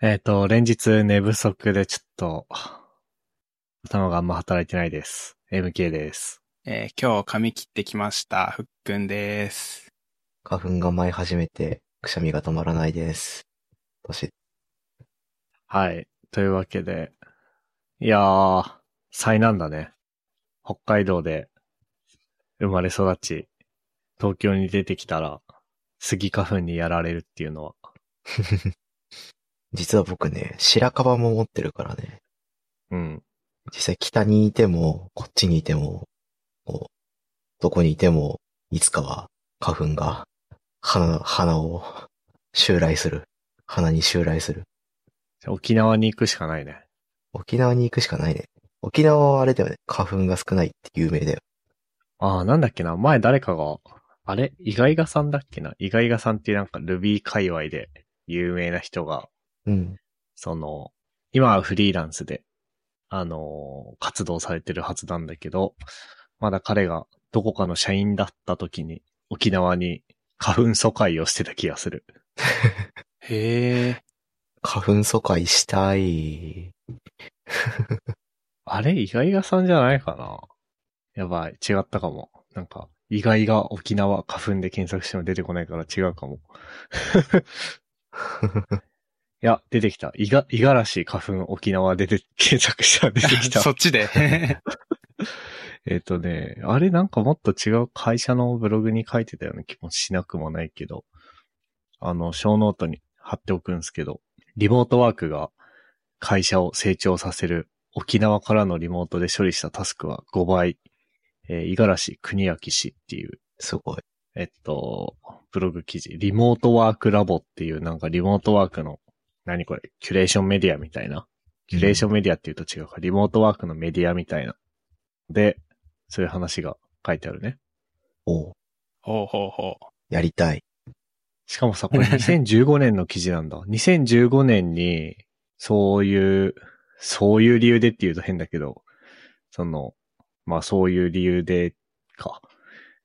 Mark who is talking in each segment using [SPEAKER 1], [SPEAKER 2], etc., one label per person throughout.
[SPEAKER 1] えっと、連日寝不足でちょっと、頭があんま働いてないです。MK です。
[SPEAKER 2] えー今日髪切ってきました。ふっくんです。
[SPEAKER 3] 花粉が舞い始めて、くしゃみが止まらないです。年、
[SPEAKER 1] はい。というわけで、いやー、災難だね。北海道で生まれ育ち、東京に出てきたら、スギ花粉にやられるっていうのは。
[SPEAKER 3] 実は僕ね、白樺も持ってるからね、
[SPEAKER 1] うん。
[SPEAKER 3] 実際北にいても、こっちにいても、こう、どこにいても、いつかは花粉が、花、花を 襲来する。花に襲来する。
[SPEAKER 1] 沖縄に行くしかないね。
[SPEAKER 3] 沖縄に行くしかないね。沖縄はあれだよね、花粉が少ないって有名だよ。
[SPEAKER 1] あー、なんだっけな。前誰かが、あれイガイガさんだっけなイガイガさんっていうなんかルビー界隈で有名な人が、
[SPEAKER 3] うん。
[SPEAKER 1] その、今はフリーランスで、あのー活動されてるはずなんだけど、まだ彼がどこかの社員だった時に沖縄に花粉疎開をしてた気がする。
[SPEAKER 2] へえ。
[SPEAKER 3] 花粉疎開したい。
[SPEAKER 1] あれ意外がさんじゃないかなやばい、違ったかも。なんか、意外が沖縄花粉で検索しても出てこないから違うかも。いや、出てきた。いが、いがらし花粉沖縄でて検索したら出てきた
[SPEAKER 2] そ。っちで。
[SPEAKER 1] えっとね、あれなんかもっと違う会社のブログに書いてたような気もしなくもないけど、あの、小ノートに貼っておくんですけど、リモートワークが会社を成長させる沖縄からのリモートで処理したタスクは5倍、えー、五十嵐国明氏っていう、
[SPEAKER 3] すごい。
[SPEAKER 1] えっと、ブログ記事、リモートワークラボっていうなんかリモートワークの、何これ、キュレーションメディアみたいなキュレーションメディアっていうと違うか、リモートワークのメディアみたいな。で、そういう話が書いてあるね。
[SPEAKER 3] おう
[SPEAKER 2] ほうほうほ
[SPEAKER 3] やりたい。
[SPEAKER 1] しかもさ、これ2015年の記事なんだ。2015年に、そういう、そういう理由でって言うと変だけど、その、まあそういう理由でか、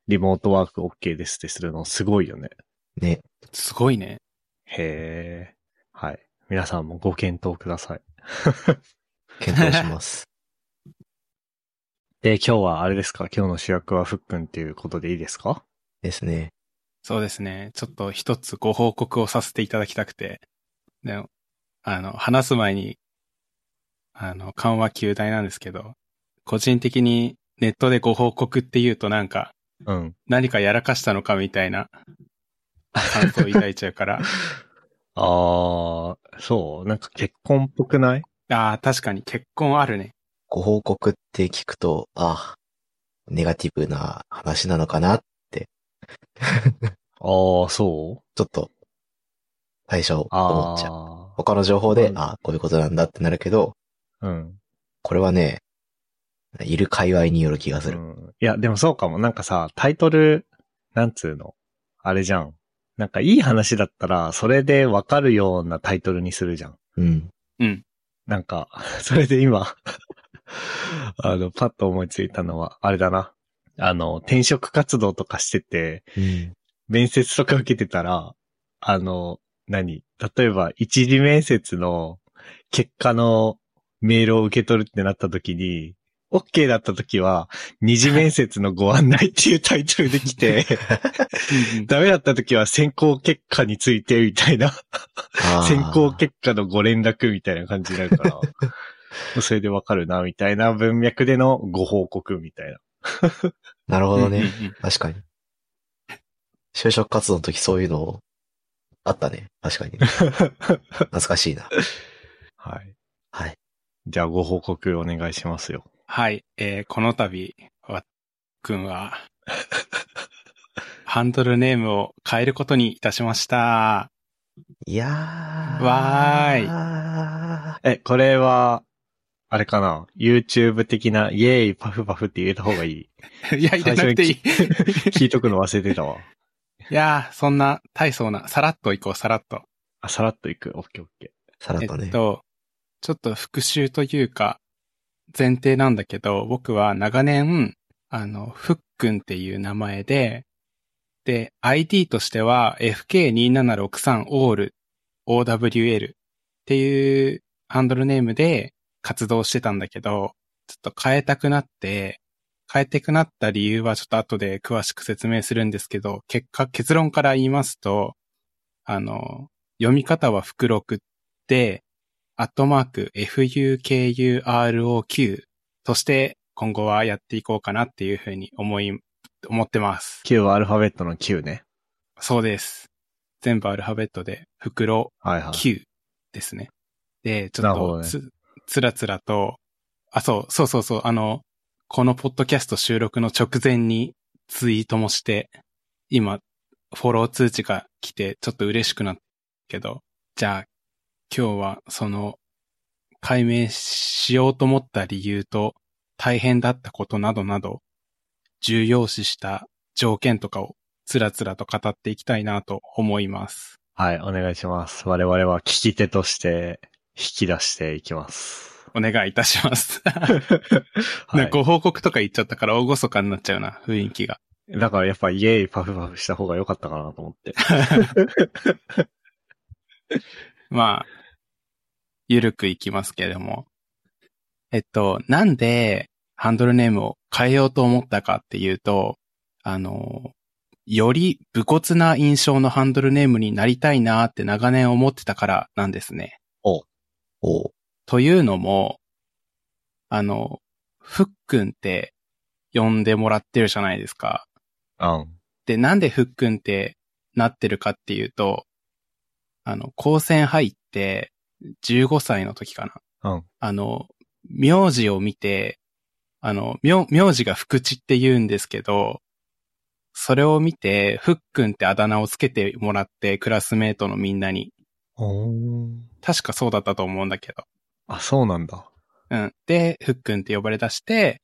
[SPEAKER 1] リモートワーク OK ですってするのすごいよね。
[SPEAKER 3] ね。
[SPEAKER 2] う。すごいね。
[SPEAKER 1] へえ。はい。皆さんもご検討ください。
[SPEAKER 3] 検討します。
[SPEAKER 1] で、今日はあれですか今日の主役はふっくんっていうことでいいですか
[SPEAKER 3] ですね。
[SPEAKER 2] そうですね。ちょっと一つご報告をさせていただきたくて。であの、話す前に、あの、緩和球大なんですけど、個人的にネットでご報告って言うとなんか、
[SPEAKER 1] うん。
[SPEAKER 2] 何かやらかしたのかみたいな感想を抱いちゃ うから。
[SPEAKER 1] ああ、そう、なんか結婚っぽくない
[SPEAKER 2] ああ、確かに結婚あるね。
[SPEAKER 3] ご報告って聞くと、あ、ネガティブな話なのかな、
[SPEAKER 1] ああ、そう
[SPEAKER 3] ちょっと、最初思っちゃう。
[SPEAKER 1] あ
[SPEAKER 3] 他の情報で
[SPEAKER 1] う、ん
[SPEAKER 3] あこういうことなんだってなるけど、
[SPEAKER 1] あ、うん。
[SPEAKER 3] これはね、いる界隈による気がする。
[SPEAKER 1] うんいや、でもそうかも。なんかさ、タイトル、なんつうのあれじゃん。なんかいい話だったら、それでわかるようなタイトルにするじゃん。
[SPEAKER 3] うん。
[SPEAKER 1] なんか、 それで今、 あの、パッと思いついたのは、あれだな。あの、転職活動とかしてて、
[SPEAKER 3] うん。
[SPEAKER 1] 面接とか受けてたら、あの、何例えば、一次面接の結果のメールを受け取るってなった時に、OK だった時は、二次面接のご案内っていうタイトルで来て、ダメだった時は選考結果についてみたいな、
[SPEAKER 3] あー
[SPEAKER 1] 選考結果のご連絡みたいな感じにな るから、もうそれでわかるな、みたいな文脈でのご報告みたいな。
[SPEAKER 3] なるほどね。
[SPEAKER 2] うんうんうん
[SPEAKER 3] 確かに。就職活動の時そういうの、あったね。確かに。懐かしいな。
[SPEAKER 1] はい。
[SPEAKER 3] はい。
[SPEAKER 1] じゃあご報告お願いしますよ。
[SPEAKER 2] はい。えーこの度、わっくんは、ハンドルネームを変えることにいたしました。
[SPEAKER 3] いやー。
[SPEAKER 2] わーい
[SPEAKER 3] い。
[SPEAKER 1] え、これは、あれかな ?YouTube 的な、イエーイ、パフパフって入れた方がいい。
[SPEAKER 2] いや、入れなくていい。い
[SPEAKER 1] 聞いと くの忘れてたわ。
[SPEAKER 2] やー、そんな大層な、さらっといこう、さらっと。
[SPEAKER 1] あ、さらっといく。オッケーオッケ
[SPEAKER 3] さらっ
[SPEAKER 2] えっ
[SPEAKER 3] とね。
[SPEAKER 2] と、ちょっと復習というか、前提なんだけど、僕は長年、あの、ふっくんっていう名前で、で、ID としては FK2763 オール OWL っていうハンドルネームで活動してたんだけど、ちょっと変えたくなって、変えてくなった理由はちょっと後で詳しく説明するんですけど、結果、結論から言いますと、あの、読み方は福録って、アットマーク fukuroq として今後はやっていこうかなっていうふうに思い、思ってます。
[SPEAKER 1] Q はアルファベットの Q ね。
[SPEAKER 2] そうです。全部アルファベットで、袋
[SPEAKER 1] はいはい。
[SPEAKER 2] Q ですね。で、ち
[SPEAKER 1] な
[SPEAKER 2] ょっ
[SPEAKER 1] るほど
[SPEAKER 2] と
[SPEAKER 1] ね
[SPEAKER 2] つ、つらつらと、あ、そう、そうそうそう、あの、このポッドキャスト収録の直前にツイートもして、今、フォロー通知が来て、ちょっと嬉しくなったけど、じゃあ、今日はその、解明しようと思った理由と、大変だったことなどなど、重要視した条件とかをつらつらと語っていきたいなと思います。
[SPEAKER 1] はい、お願いします。我々は聞き手として引き出していきます。
[SPEAKER 2] お願いいたします。
[SPEAKER 1] は
[SPEAKER 2] なんかご報告とか言っちゃったから大ごそかになっちゃうな、雰囲気が。
[SPEAKER 1] い。だからやっぱイエーイパフパフした方が良かったかなと思って。
[SPEAKER 2] まあ、ゆるくいきますけれども。えっと、なんでハンドルネームを変えようと思ったかっていうと、あの、より武骨な印象のハンドルネームになりたいなって長年思ってたからなんですね。
[SPEAKER 3] おう
[SPEAKER 2] というのも、あの、ふっくんって呼んでもらってるじゃないですか。
[SPEAKER 1] あん。
[SPEAKER 2] で、なんでふっくんってなってるかっていうと、あの、高専入って15歳の時かな。
[SPEAKER 1] うん
[SPEAKER 2] あの、名字を見て、あの、名、名字が福地って言うんですけど、それを見て、ふっくんってあだ名をつけてもらって、クラスメートのみんなに。確かそうだったと思うんだけど。
[SPEAKER 1] あ、そうなんだ。
[SPEAKER 2] うん。で、ふっくんって呼ばれ出して、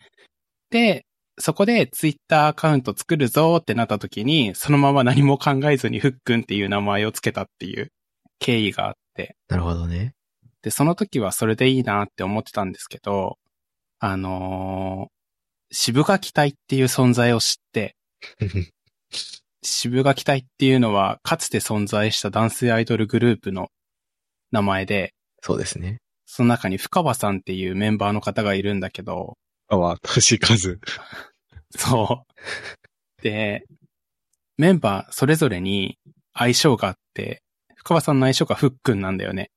[SPEAKER 2] で、そこでツイッターアカウント作るぞってなった時に、そのまま何も考えずにふっくんっていう名前をつけたっていう経緯があって、
[SPEAKER 3] なるほどね。
[SPEAKER 2] で、その時はそれでいいなって思ってたんですけど、あのー、渋垣隊っていう存在を知って、渋垣隊っていうのはかつて存在した男性アイドルグループの名前で、
[SPEAKER 3] そうですね。
[SPEAKER 2] その中に深場さんっていうメンバーの方がいるんだけど、
[SPEAKER 1] あ、わ、年数。
[SPEAKER 2] そう。で、メンバーそれぞれに相性があって、深場さんの相性がふっくんなんだよね。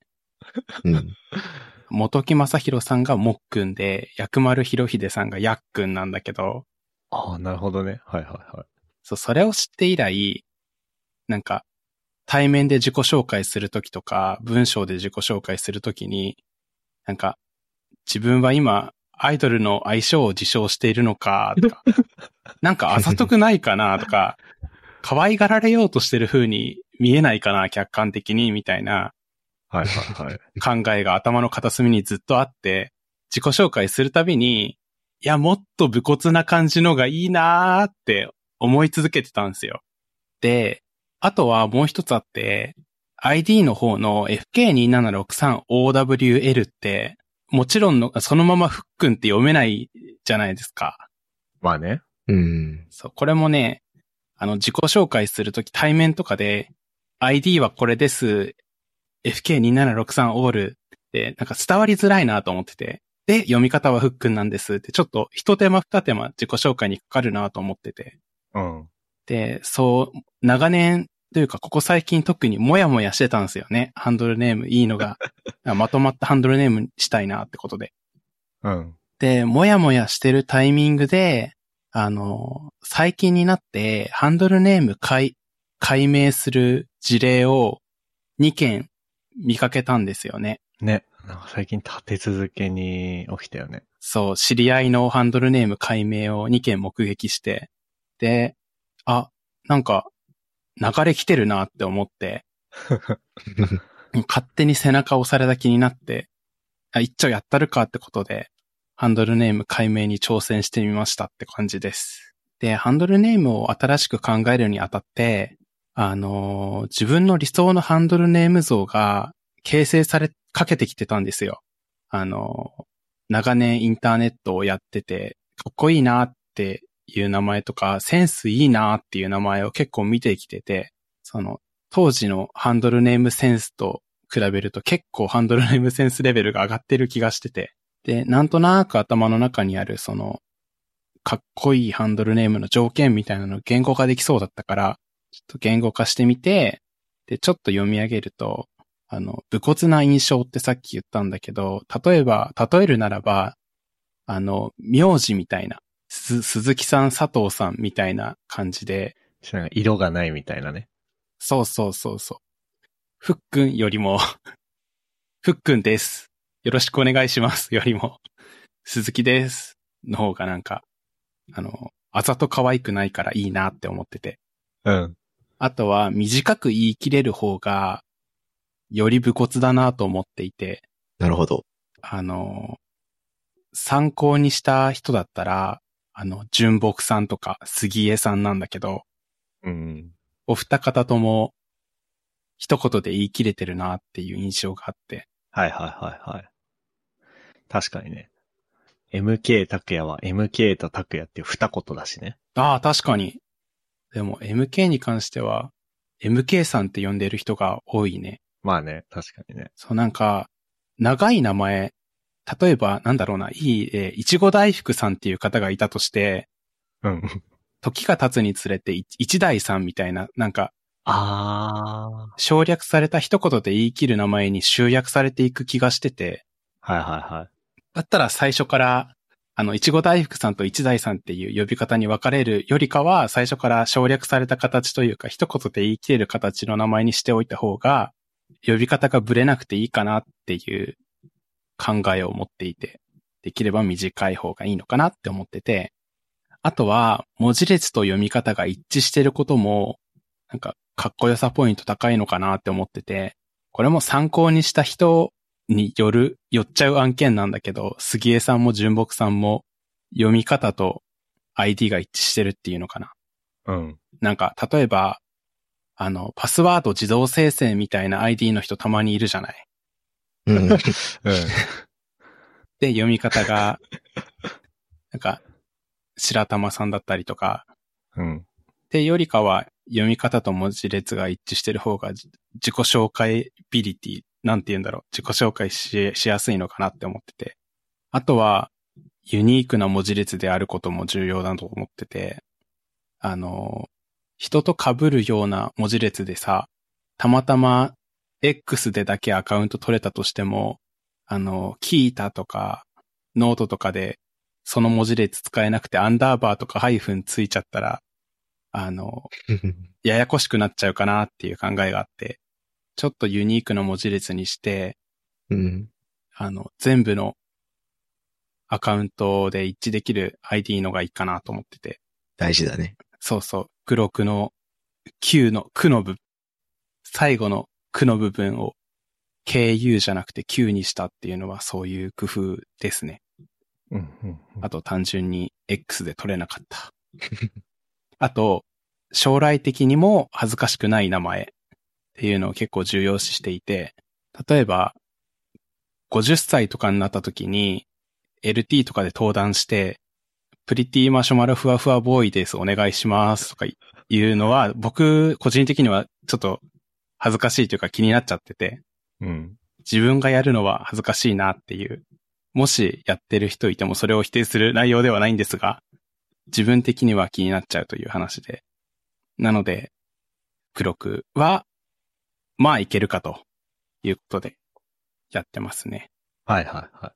[SPEAKER 3] うん。
[SPEAKER 2] 元木正宏さんがもっくんで、薬丸博秀さんがやっくんなんだけど、
[SPEAKER 1] ああ、なるほどね。はいはいはい。
[SPEAKER 2] そう、それを知って以来、なんか、対面で自己紹介するときとか、文章で自己紹介するときに、なんか、自分は今、アイドルの相性を自称しているのか、とか、なんかあざとくないかな、とか、可愛がられようとしてる風に見えないかな、客観的に、みたいな
[SPEAKER 1] はいはい はい。
[SPEAKER 2] 考えが頭の片隅にずっとあって、自己紹介するたびに、いや、もっと武骨な感じのがいいなーって思い続けてたんですよ。で、あとはもう一つあって、ID の方の FK2763OWL って、もちろんの、そのままふっくんって読めないじゃないですか。
[SPEAKER 1] まあね。
[SPEAKER 3] うん。
[SPEAKER 2] そう、これもね、あの、自己紹介するとき対面とかで、ID はこれです。FK2763 オールって、なんか伝わりづらいなと思ってて。で、読み方はフックンなんですって、ちょっと一手間二手間自己紹介にかかるなと思ってて。
[SPEAKER 1] うん。
[SPEAKER 2] で、そう、長年というか、ここ最近特にもやもやしてたんですよね。ハンドルネームいいのが。まとまったハンドルネームにしたいなってことで。
[SPEAKER 1] うん。
[SPEAKER 2] で、もやもやしてるタイミングで、あの、最近になって、ハンドルネーム解、解明する事例を2件見かけたんですよね。
[SPEAKER 1] ね。なんか最近立て続けに起きたよね。
[SPEAKER 2] そう、知り合いのハンドルネーム解明を2件目撃して、で、あ、なんか、流れ来てるなって思って、勝手に背中押された気になって、あ、一丁やったるかってことで、ハンドルネーム解明に挑戦してみましたって感じです。で、ハンドルネームを新しく考えるにあたって、あのー自分の理想のハンドルネーム像が形成され、かけてきてたんですよ。あのー長年インターネットをやってて、かっこいいなっていう名前とか、センスいいなっていう名前を結構見てきてて、その、当時のハンドルネームセンスと比べると結構ハンドルネームセンスレベルが上がってる気がしてて。で、なんとなく頭の中にあるその、かっこいいハンドルネームの条件みたいなのを言語化できそうだったから、ちょっと言語化してみて、で、ちょっと読み上げると、あの、武骨な印象ってさっき言ったんだけど、例えば、例えるならば、あの、名字みたいな、す鈴木さん、佐藤さんみたいな感じで、
[SPEAKER 1] なんか色がないみたいなね。
[SPEAKER 2] そうそうそうそう。ふっくんよりも、 ふっくんです。よろしくお願いします。よりも、鈴木です。の方がなんか、あの、あざと可愛くないからいいなって思ってて。
[SPEAKER 1] うん。
[SPEAKER 2] あとは、短く言い切れる方が、より武骨だなと思っていて、
[SPEAKER 3] なるほど。
[SPEAKER 2] あの、参考にした人だったら、あの、純木さんとか杉江さんなんだけど、
[SPEAKER 1] うん。
[SPEAKER 2] お二方とも、一言で言い切れてるなっていう印象があって。
[SPEAKER 1] はいはいはいはい。確かにね。MK 拓也は MK と拓也って二言だしね。
[SPEAKER 2] ああ、確かに。でも、MK に関しては、MK さんって呼んでる人が多いね。
[SPEAKER 1] まあね、確かにね。
[SPEAKER 2] そう、なんか、長い名前、例えば、なんだろうな、いい、えーいちご大福さんっていう方がいたとして、
[SPEAKER 1] うん。
[SPEAKER 2] 時が経つにつれて、い一大さんみたいな、なんか、
[SPEAKER 1] あ
[SPEAKER 2] 省略された一言で言い切る名前に集約されていく気がしてて、
[SPEAKER 1] ー。はいはいはい。
[SPEAKER 2] だったら最初から、あの、いちご大福さんと一大さんっていう呼び方に分かれるよりかは、最初から省略された形というか、一言で言い切れる形の名前にしておいた方が、呼び方がブレなくていいかなっていう考えを持っていて、できれば短い方がいいのかなって思ってて、あとは、文字列と読み方が一致してることも、なんか、かっこよさポイント高いのかなって思ってて、これも参考にした人による、寄っちゃう案件なんだけど、杉江さんも純木さんも読み方と ID が一致してるっていうのかな。
[SPEAKER 1] うん。
[SPEAKER 2] なんか、例えば、あの、パスワード自動生成みたいな ID の人たまにいるじゃない。
[SPEAKER 3] うん。
[SPEAKER 1] う
[SPEAKER 2] で、読み方が、なんか、白玉さんだったりとか、
[SPEAKER 1] ん。うん。
[SPEAKER 2] ってよりかは、読み方と文字列が一致してる方が、じ自己紹介ビリティ、なんて言うんだろう、自己紹介ししやすいのかなって思ってて。あとは、ユニークな文字列であることも重要だと思ってて、あの、人と被るような文字列でさ、たまたま X でだけアカウント取れたとしても、あの、キータとか、ノートとかで、その文字列使えなくてアンダーバーとかハイフンついちゃったら、あの、ややこしくなっちゃうかなっていう考えがあって、ちょっとユニークな文字列にして、
[SPEAKER 3] うん。
[SPEAKER 2] あの、全部のアカウントで一致できる ID のがいいかなと思ってて。
[SPEAKER 3] 大事だね。
[SPEAKER 2] そうそう、黒くの9の、9の部分、最後の9の部分を KU じゃなくて9にしたっていうのはそういう工夫ですね。
[SPEAKER 1] うん。うん。
[SPEAKER 2] あと単純に X で取れな かった。あと、将来的にも恥ずかしくない名前っていうのを結構重要視していて、例えば、50歳とかになった時に LT とかで登壇して、プリティマシュマロふわふわボーイです、お願いしますとかいうのは、僕個人的にはちょっと恥ずかしいというか気になっちゃってて、
[SPEAKER 1] うん。
[SPEAKER 2] 自分がやるのは恥ずかしいなっていう。もしやってる人いてもそれを否定する内容ではないんですが、自分的には気になっちゃうという話で。なので、黒くは、まあいけるかということでやってますね。
[SPEAKER 1] はいはいはい。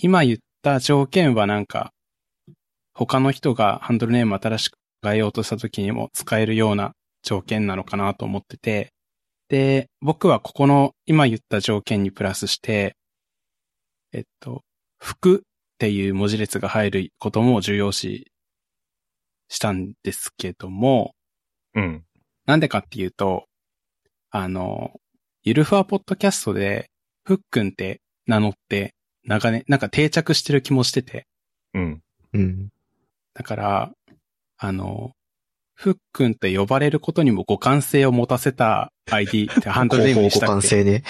[SPEAKER 2] 今言った条件はなんか、他の人がハンドルネーム新しく変えようとした時にも使えるような条件なのかなと思ってて、で、僕はここの今言った条件にプラスして、えっと、服っていう文字列が入ることも重要視したんですけども、
[SPEAKER 1] うん。
[SPEAKER 2] なんでかっていうと、あの、ゆるふわポッドキャストで、ふっくんって名乗って、長年、なんか定着してる気もしてて。
[SPEAKER 1] うん。
[SPEAKER 3] うん。
[SPEAKER 2] だから、あの、ふっくんって呼ばれることにも互換性を持たせた ID ってハンドルネーム
[SPEAKER 3] 互
[SPEAKER 2] にしたっけ
[SPEAKER 3] 換性ね。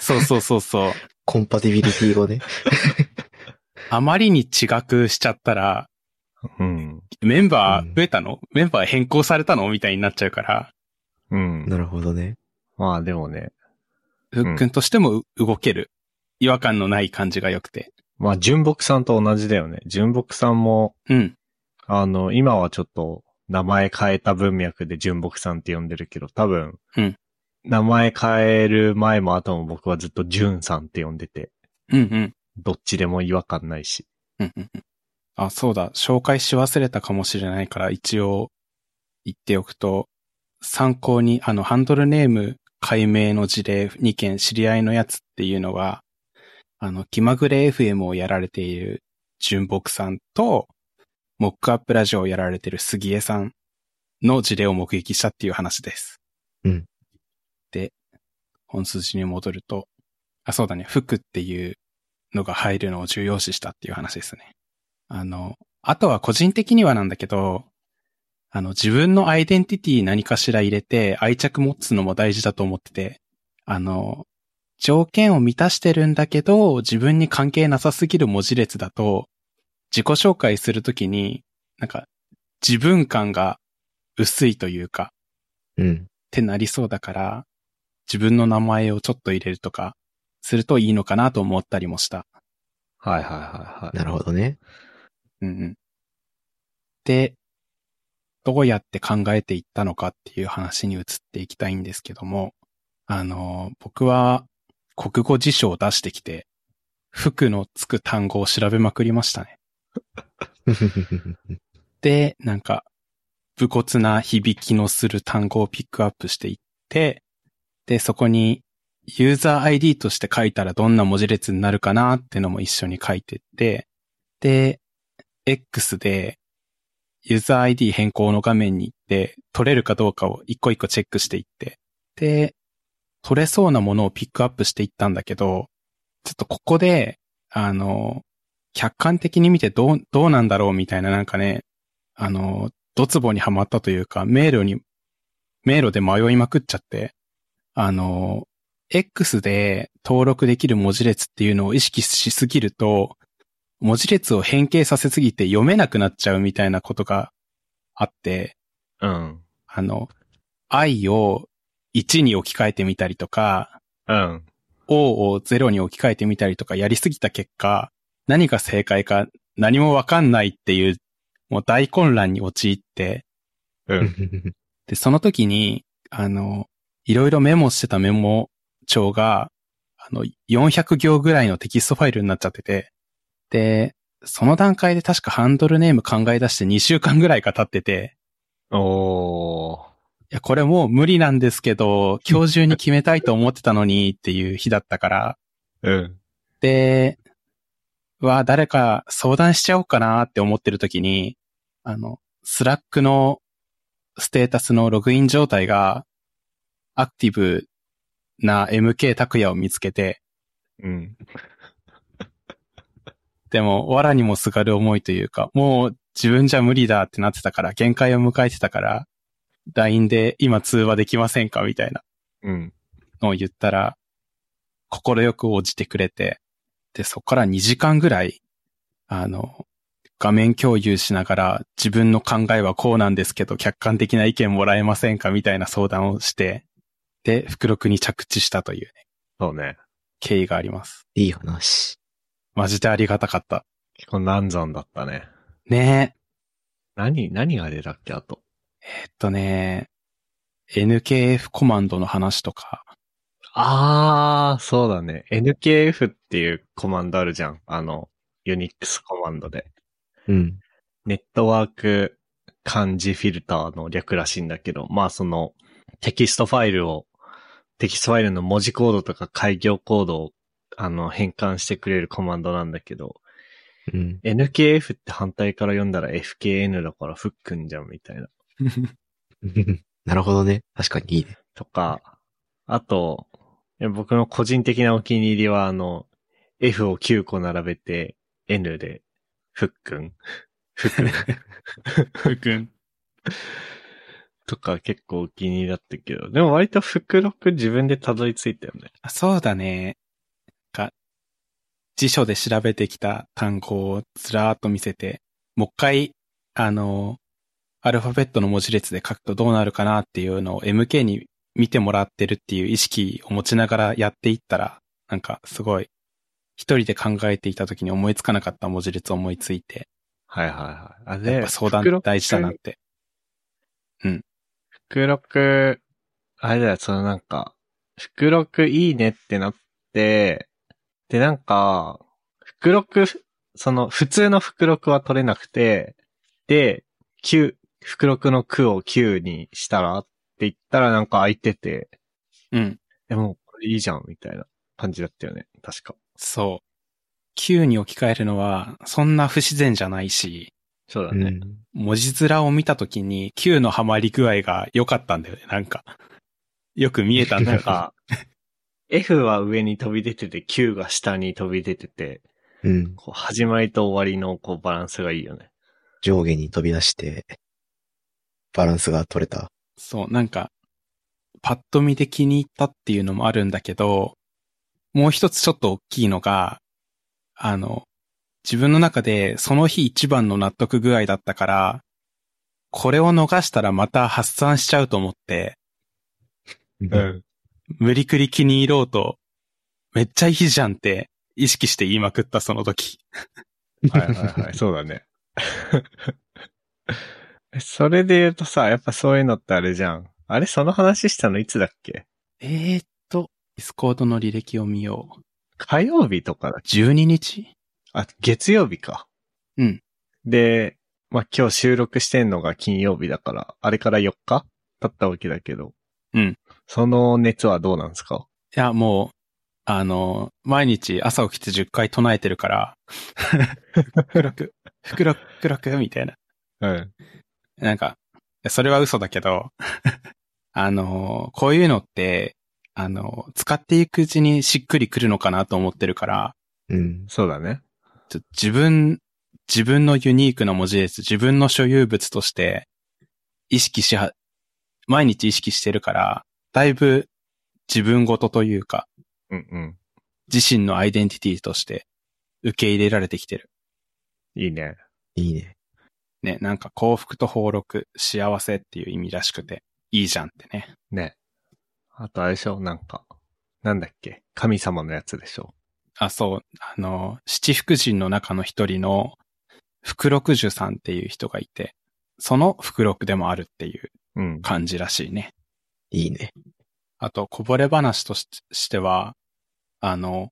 [SPEAKER 2] そうそうそうそう。
[SPEAKER 3] コンパティビリティ語ね。
[SPEAKER 2] あまりに違くしちゃったら、
[SPEAKER 1] うん。
[SPEAKER 2] メンバー増えたの、メンバー変更されたのみたいになっちゃうから、
[SPEAKER 1] うん。
[SPEAKER 3] なるほどね。
[SPEAKER 1] まあでもね、
[SPEAKER 2] ふっくんとしてもう動ける。違和感のない感じが良くて。
[SPEAKER 1] まあ、純木さんと同じだよね。純木さんも、
[SPEAKER 2] うん。
[SPEAKER 1] あの、今はちょっと名前変えた文脈で純木さんって呼んでるけど、多分、
[SPEAKER 2] うん
[SPEAKER 1] 名前変える前も後も僕はずっと純さんって呼んでて、
[SPEAKER 2] うんうん。
[SPEAKER 1] どっちでも違和感ないし。
[SPEAKER 2] うんうんうん。あ、そうだ。紹介し忘れたかもしれないから、一応言っておくと、参考に、あの、ハンドルネーム解明の事例2件、知り合いのやつっていうのが、あの、気まぐれ FM をやられている純木さんと、モックアップラジオをやられている杉江さんの事例を目撃したっていう話です。
[SPEAKER 3] うん。
[SPEAKER 2] で、本筋に戻ると、あ、そうだね、服っていうのが入るのを重要視したっていう話ですね。あの、あとは個人的にはなんだけど、あの、自分のアイデンティティ何かしら入れて愛着持つのも大事だと思ってて、あの、条件を満たしてるんだけど、自分に関係なさすぎる文字列だと、自己紹介するときに、なんか、自分感が薄いというか、
[SPEAKER 3] う
[SPEAKER 2] っ
[SPEAKER 3] ん。
[SPEAKER 2] てなりそうだから、自分の名前をちょっと入れるとか、するといいのかなと思ったりもした。
[SPEAKER 1] はいはいはいはい。
[SPEAKER 3] なるほどね。
[SPEAKER 2] うんうん。で、どうやって考えていったのかっていう話に移っていきたいんですけども、あの、僕は国語辞書を出してきて、服のつく単語を調べまくりましたね。で、なんか、武骨な響きのする単語をピックアップしていって、で、そこにユーザー ID として書いたらどんな文字列になるかなってのも一緒に書いてって、で、X でユーザー ID 変更の画面に行って、取れるかどうかを一個一個チェックしていって、で、取れそうなものをピックアップしていったんだけど、ちょっとここで、あの、客観的に見てどう、どうなんだろうみたいななんかね、あの、ドツボにはまったというか、迷路に、迷路で迷いまくっちゃって、あの、X で登録できる文字列っていうのを意識しすぎると、文字列を変形させすぎて読めなくなっちゃうみたいなことがあって、
[SPEAKER 1] うん。
[SPEAKER 2] あの、i を1に置き換えてみたりとか、
[SPEAKER 1] うん。
[SPEAKER 2] O を0に置き換えてみたりとかやりすぎた結果、何が正解か何もわかんないっていう、もう大混乱に陥って、
[SPEAKER 1] うん。
[SPEAKER 2] で、その時に、あの、いろいろメモしてたメモ帳が、あの、400行ぐらいのテキストファイルになっちゃってて、で、その段階で確かハンドルネーム考え出して2週間ぐらいが経ってて、
[SPEAKER 1] おー。
[SPEAKER 2] いや、これもう無理なんですけど、今日中に決めたいと思ってたのにっていう日だったから、
[SPEAKER 1] うん。
[SPEAKER 2] で、は誰か相談しちゃおうかなって思ってる時に、あの、スラックのステータスのログイン状態がアクティブな MK 拓也を見つけて、
[SPEAKER 1] うん。
[SPEAKER 2] でも、藁にもすがる思いというか、もう自分じゃ無理だってなってたから、限界を迎えてたから、LINE で今通話できませんかみたいな。
[SPEAKER 1] うん。
[SPEAKER 2] のを言ったら、心よく応じてくれて、で、そこから2時間ぐらい、あの、画面共有しながら自分の考えはこうなんですけど、客観的な意見もらえませんかみたいな相談をして、で、福録に着地したという、ね、
[SPEAKER 1] そうね。
[SPEAKER 2] 経緯があります。
[SPEAKER 3] いい話。
[SPEAKER 2] マジでありがたかった。
[SPEAKER 1] 結構難産だったね。
[SPEAKER 2] ね
[SPEAKER 1] 何、何が出たっけ、あと。
[SPEAKER 2] え、えっとね、NKF コマンドの話とか、
[SPEAKER 1] あー、そうだね。NKF っていうコマンドあるじゃん。あの、ユニックスコマンドで。
[SPEAKER 3] うん。
[SPEAKER 1] ネットワーク漢字フィルターの略らしいんだけど、まあそのテキストファイルを、テキストファイルの文字コードとか開業コードをあの変換してくれるコマンドなんだけど、
[SPEAKER 3] うん。
[SPEAKER 1] NKF って反対から読んだら FKN だからフックンじゃんみたいな。
[SPEAKER 3] なるほどね。確かにいいね。
[SPEAKER 1] とか、あと、いや僕の個人的なお気に入りはあの、F を9個並べて N でフックン。フ ックン。
[SPEAKER 2] 福君。
[SPEAKER 1] とか結構お気に入りだったけど、でも割と福録自分でたどり着いたよね。
[SPEAKER 2] あそうだね。か、辞書で調べてきた単語をずらーっと見せて、もう一回、あの、アルファベットの文字列で書くとどうなるかなっていうのを MK に見てもらってるっていう意識を持ちながらやっていったら、なんかすごい、一人で考えていた時に思いつかなかった文字列を思いついて、
[SPEAKER 1] はいはいはい。あ、
[SPEAKER 2] やっ
[SPEAKER 1] で
[SPEAKER 2] ぱ、相談大事だなって。
[SPEAKER 1] 福録、あれだよ、そのなんか、福録いいねってなって、でなんか、福録、その普通の福録は取れなくて、で、九福録の九を九にしたらって言ったらなんか空いてて、
[SPEAKER 2] うん。
[SPEAKER 1] え、もうこれいいじゃんみたいな感じだったよね、確か。
[SPEAKER 2] そう。9に置き換えるのは、そんな不自然じゃないし、
[SPEAKER 1] そうだ
[SPEAKER 3] う
[SPEAKER 1] ね。
[SPEAKER 3] ん。
[SPEAKER 2] 文字面を見た時に9のハマり具合が良かったんだよね、なんか。よく見えたんだ
[SPEAKER 1] なん
[SPEAKER 2] よ。
[SPEAKER 1] か、F は上に飛び出てて、Q が下に飛び出てて、
[SPEAKER 3] うん。
[SPEAKER 1] こう始まりと終わりのこうバランスがいいよね。
[SPEAKER 3] 上下に飛び出して、バランスが取れた。
[SPEAKER 2] そう、なんか、パッと見で気に入ったっていうのもあるんだけど、もう一つちょっと大きいのが、あの、自分の中でその日一番の納得具合だったから、これを逃したらまた発散しちゃうと思って、
[SPEAKER 1] うん。
[SPEAKER 2] 無理くり気に入ろうと、めっちゃいいじゃんって意識して言いまくったその時。
[SPEAKER 1] はいはいはい、そうだね。 それで言うとさ、やっぱそういうのってあれじゃん。あれその話したのいつだっけ
[SPEAKER 2] えーっと、ディスコードの履歴を見よう。
[SPEAKER 1] 火曜日とかだっけ
[SPEAKER 2] 12日
[SPEAKER 1] あ、月曜日か。
[SPEAKER 2] うん。
[SPEAKER 1] で、まあ、今日収録してんのが金曜日だから、あれから4日経ったわけだけど。
[SPEAKER 2] うん。
[SPEAKER 1] その熱はどうなんですか
[SPEAKER 2] いや、もう、あの、毎日朝起きて10回唱えてるから、福 禄、福禄、福禄、みたいな。
[SPEAKER 1] うん。
[SPEAKER 2] なんか、いやそれは嘘だけど、 あの、こういうのって、あの、使っていくうちにしっくりくるのかなと思ってるから、
[SPEAKER 3] うん。
[SPEAKER 1] そうだね。
[SPEAKER 2] ちょ自分、自分のユニークな文字列、自分の所有物として、意識しは、毎日意識してるから、だいぶ自分ごとというか、
[SPEAKER 1] うんうん。
[SPEAKER 2] 自身のアイデンティティとして受け入れられてきてる。
[SPEAKER 1] いいね。
[SPEAKER 3] いいね。
[SPEAKER 2] ね、なんか幸福と放禄、幸せっていう意味らしくて、いいじゃんってね。
[SPEAKER 1] ね。あとあれでしょなんか。なんだっけ神様のやつでしょ
[SPEAKER 2] あ、そう、あの、七福神の中の一人の福禄寿さんっていう人がいて、その福禄でもあるっていう
[SPEAKER 1] うん。
[SPEAKER 2] 感じらしいね。
[SPEAKER 3] いいね。
[SPEAKER 2] あと、こぼれ話とししては、あの、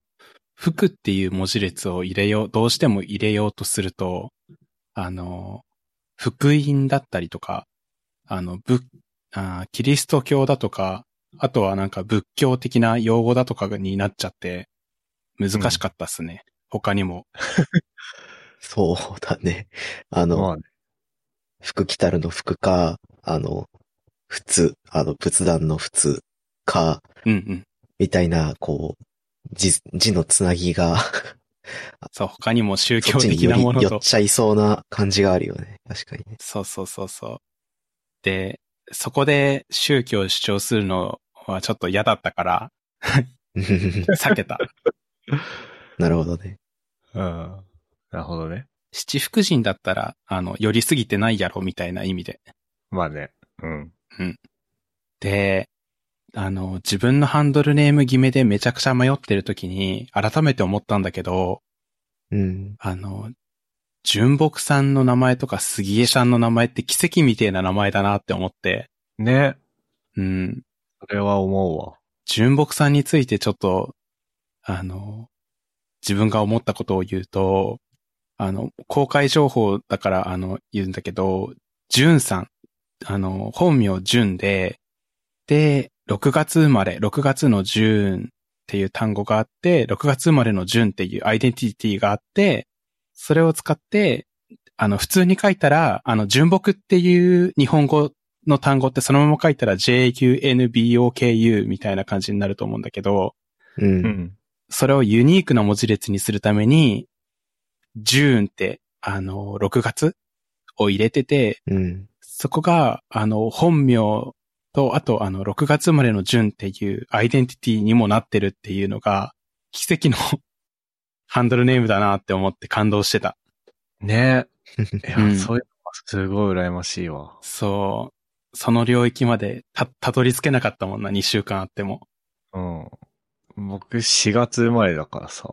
[SPEAKER 2] 服っていう文字列を入れよう、どうしても入れようとすると、あの、福音だったりとか、あの、仏、あーキリスト教だとか、あとはなんか仏教的な用語だとかになっちゃって、難しかったっすね。他にも。
[SPEAKER 3] そうだね。あの、
[SPEAKER 1] まあね。
[SPEAKER 3] 福来たるの福か、あの、仏、あの、仏壇の仏か、
[SPEAKER 2] うんうん。
[SPEAKER 3] みたいな、こう、字、字のつな ぎが、
[SPEAKER 2] そう、他にも宗
[SPEAKER 3] そ
[SPEAKER 2] 教
[SPEAKER 3] っちに
[SPEAKER 2] 的
[SPEAKER 3] よ
[SPEAKER 2] なもの
[SPEAKER 3] り、寄
[SPEAKER 2] と
[SPEAKER 3] っ。ちゃいそうな感じがあるよね。確かにね。
[SPEAKER 2] そうそうそうそう。で、そこで宗教を主張するのはちょっと嫌だったから、避けた。
[SPEAKER 3] なるほどね。
[SPEAKER 1] うん。なるほどね。
[SPEAKER 2] 七福神だったら、あの、寄りすぎてないやろ、みたいな意味で。
[SPEAKER 1] まあね。うん。
[SPEAKER 2] で、あの、自分のハンドルネーム決めでめちゃくちゃ迷ってる時に、改めて思ったんだけど、
[SPEAKER 3] うん。
[SPEAKER 2] あの、純木さんの名前とか杉江さんの名前って奇跡みたいな名前だなって思って、
[SPEAKER 1] ね。
[SPEAKER 2] うん、
[SPEAKER 1] それは思うわ。
[SPEAKER 2] 純木さんについてちょっと、あの、自分が思ったことを言うと、あの、公開情報だから、あの、言うんだけど、純さん、あの、本名純で、で、6月生まれ、6月の純っていう単語があって、6月生まれの純っていうアイデンティティがあって、それを使って、あの、普通に書いたら、あの、純木っていう日本語の単語ってそのまま書いたら JUNBOKU みたいな感じになると思うんだけど、
[SPEAKER 3] う。
[SPEAKER 1] うんん。
[SPEAKER 2] それをユニークな文字列にするために、June って、あの、6月を入れてて、
[SPEAKER 3] うん。
[SPEAKER 2] そこが、あの、本名と、あと、あの、6月生まれの順っていうアイデンティティにもなってるっていうのが、奇跡の ハンドルネームだなって思って感動してた。
[SPEAKER 1] ねえ。いや、
[SPEAKER 2] うん
[SPEAKER 1] そういうのはすごい羨ましいわ。
[SPEAKER 2] そその領域までた、たどり着けなかったもんな、2週間あっても。
[SPEAKER 1] うん。僕、4月生まれだからさ、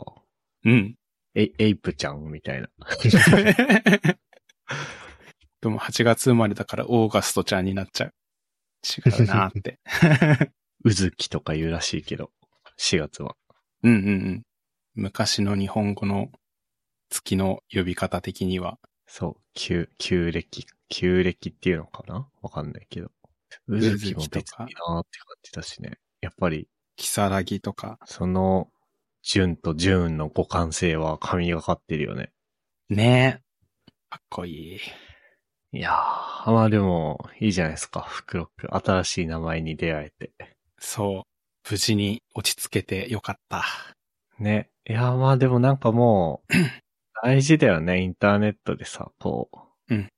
[SPEAKER 2] うん。
[SPEAKER 1] え、エイプちゃんみたいな。
[SPEAKER 2] でも8月生まれだからオーガストちゃんになっちゃう。違うなー って。
[SPEAKER 1] うずきとか言うらしいけど、4月は。
[SPEAKER 2] うんうんうん。昔の日本語の月の呼び方的には。
[SPEAKER 1] そう、旧、旧暦、旧暦っていうのかなわかんないけど。うずきも別になーって感じだしね。やっぱり、
[SPEAKER 2] キサラギとか。
[SPEAKER 1] その、純と純の互換性は神がかってるよね。
[SPEAKER 2] ねえ。かっこいい。
[SPEAKER 1] いやー、まあでも、いいじゃないですか、フクロック。新しい名前に出会えて。
[SPEAKER 2] そう。無事に落ち着けてよかった。
[SPEAKER 1] ね。いやー、まあでもなんかもう、大事だよね、インターネットでさ、こう。
[SPEAKER 2] うん。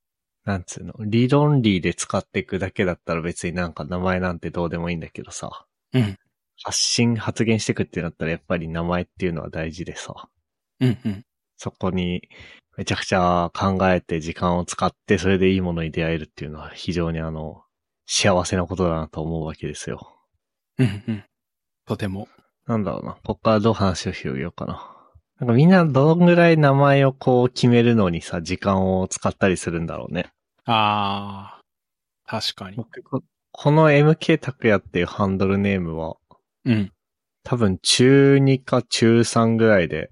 [SPEAKER 1] なんつうの、理論理で使っていくだけだったら別になんか名前なんてどうでもいいんだけどさ。
[SPEAKER 2] うん。
[SPEAKER 1] 発信、発言してくってなったらやっぱり名前っていうのは大事でさ。
[SPEAKER 2] うんうん。
[SPEAKER 1] そこにめちゃくちゃ考えて時間を使ってそれでいいものに出会えるっていうのは非常にあの、幸せなことだなと思うわけですよ。
[SPEAKER 2] うんうん。とても。
[SPEAKER 1] なんだろうな。こっからどう話を広げようかな。なんかみんなどんぐらい名前をこう決めるのにさ、時間を使ったりするんだろうね。
[SPEAKER 2] あー。確かに。
[SPEAKER 1] 僕、ここの MK 拓也っていうハンドルネームは、
[SPEAKER 2] うん。
[SPEAKER 1] 多分中2か中3ぐらいで、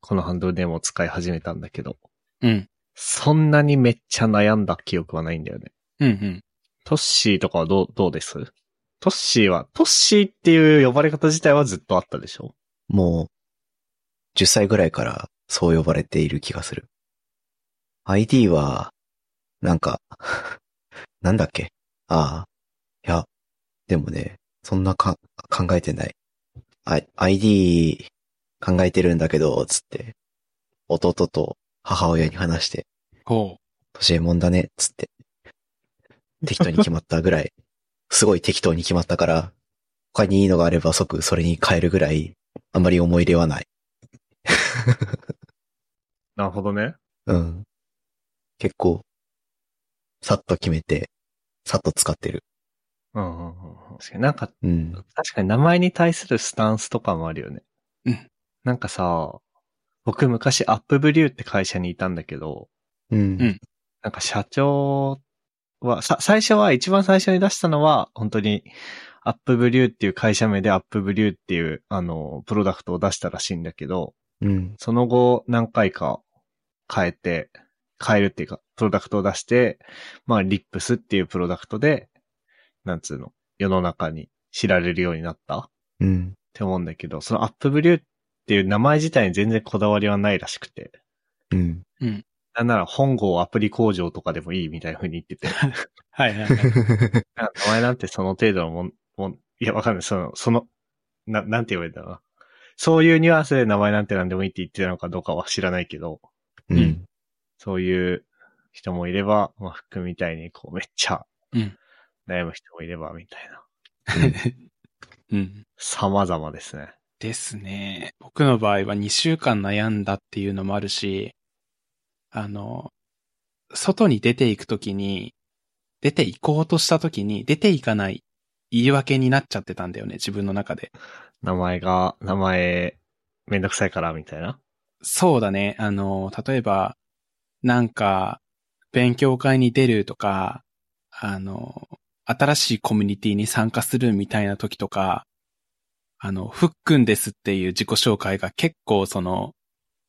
[SPEAKER 1] このハンドルネームを使い始めたんだけど、
[SPEAKER 2] うん。
[SPEAKER 1] そんなにめっちゃ悩んだ記憶はないんだよね。
[SPEAKER 2] うんうん。
[SPEAKER 1] トッシーとかはどう、どうですトッシーは、トッシーっていう呼ばれ方自体はずっとあったでしょ
[SPEAKER 3] もう、10歳ぐらいからそう呼ばれている気がする。ID は、なんか、 なんだっけああ。いや、でもね、そんなか、考えてない。あ ID 考えてるんだけど、つって、弟と母親に話して、
[SPEAKER 2] ほ
[SPEAKER 3] 年えもんだね、つって。適当に決まったぐらい、すごい適当に決まったから、他にいいのがあれば即それに変えるぐらい、あんまり思い入れはない。
[SPEAKER 1] なるほどね。
[SPEAKER 3] うん。結構、さっと決めて、さっと使ってる。
[SPEAKER 1] うんうんうんうん。確かになんか、
[SPEAKER 3] うん。
[SPEAKER 1] 確かに名前に対するスタンスとかもあるよね。
[SPEAKER 2] うん。
[SPEAKER 1] なんかさ、僕昔アップブリューって会社にいたんだけど、
[SPEAKER 3] うん。
[SPEAKER 2] うん
[SPEAKER 1] なんか社長は、さ、最初は、一番最初に出したのは、本当に、アップブリューっていう会社名でアップブリューっていう、あの、プロダクトを出したらしいんだけど、
[SPEAKER 3] うん。
[SPEAKER 1] その後何回か変えて、変えるっていうか、プロダクトを出して、まあ、リップスっていうプロダクトで、なんつうの、世の中に知られるようになったっ
[SPEAKER 3] うん。
[SPEAKER 1] て思うんだけど、そのアップブリューっていう名前自体に全然こだわりはないらしくて、
[SPEAKER 3] うん。
[SPEAKER 1] なんなら本郷アプリ工場とかでもいいみたいな風に言ってて、
[SPEAKER 2] う。はいはいはい。
[SPEAKER 1] なんか名前なんてその程度のもん、もん、いや、わかんない。その、その、な、なんて言われたな。そういうニュアンスで名前なんて何でもいいって言ってたのかどうかは知らないけど、
[SPEAKER 3] うん。
[SPEAKER 1] そういう人もいれば、まあ、服みたいにこうめっちゃ
[SPEAKER 2] うん
[SPEAKER 1] 悩む人もいればみたいな。
[SPEAKER 2] うん。
[SPEAKER 1] 様々ですね。
[SPEAKER 2] ですね。僕の場合は2週間悩んだっていうのもあるし、あの、外に出て行くときに、出て行こうとしたときに、出て行かない言い訳になっちゃってたんだよね、自分の中で。
[SPEAKER 1] 名前が、名前めんどくさいからみたいな。
[SPEAKER 2] そうだね。あの、例えば、なんか、勉強会に出るとか、あの、新しいコミュニティに参加するみたいな時とか、あの、ふっくんですっていう自己紹介が結構その、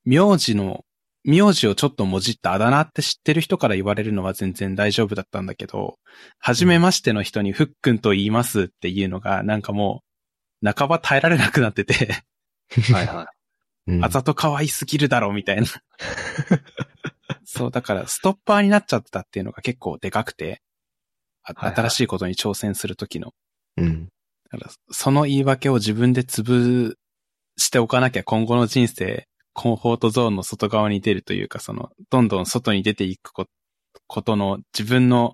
[SPEAKER 2] 名字の、名字をちょっともじったあだ名って知ってる人から言われるのは全然大丈夫だったんだけど、初めましての人にふっくんと言いますっていうのがなんかもう、半ば耐えられなくなってて、
[SPEAKER 1] はいはい。
[SPEAKER 3] うん
[SPEAKER 2] あざと可愛すぎるだろ、みたいな。そう、だから、ストッパーになっちゃってたっていうのが結構でかくて、あ
[SPEAKER 1] はいはい
[SPEAKER 2] 新しいことに挑戦するときの。
[SPEAKER 3] うん。
[SPEAKER 2] だからその言い訳を自分で潰しておかなきゃ今後の人生、コンフォートゾーンの外側に出るというか、その、どんどん外に出ていくこことの自分の